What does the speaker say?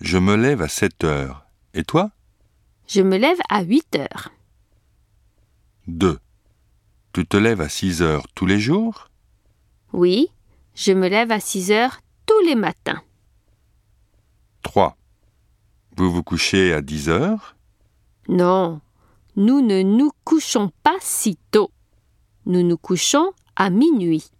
Je me lève à 7 heures. Et toi Je me lève à 8 heures. 2. Tu te lèves à 6 heures tous les jours Oui, je me lève à 6 heures tous les matins. 3. Vous vous couchez à 10 heures Non, nous ne nous couchons pas si tôt. Nous nous couchons à minuit.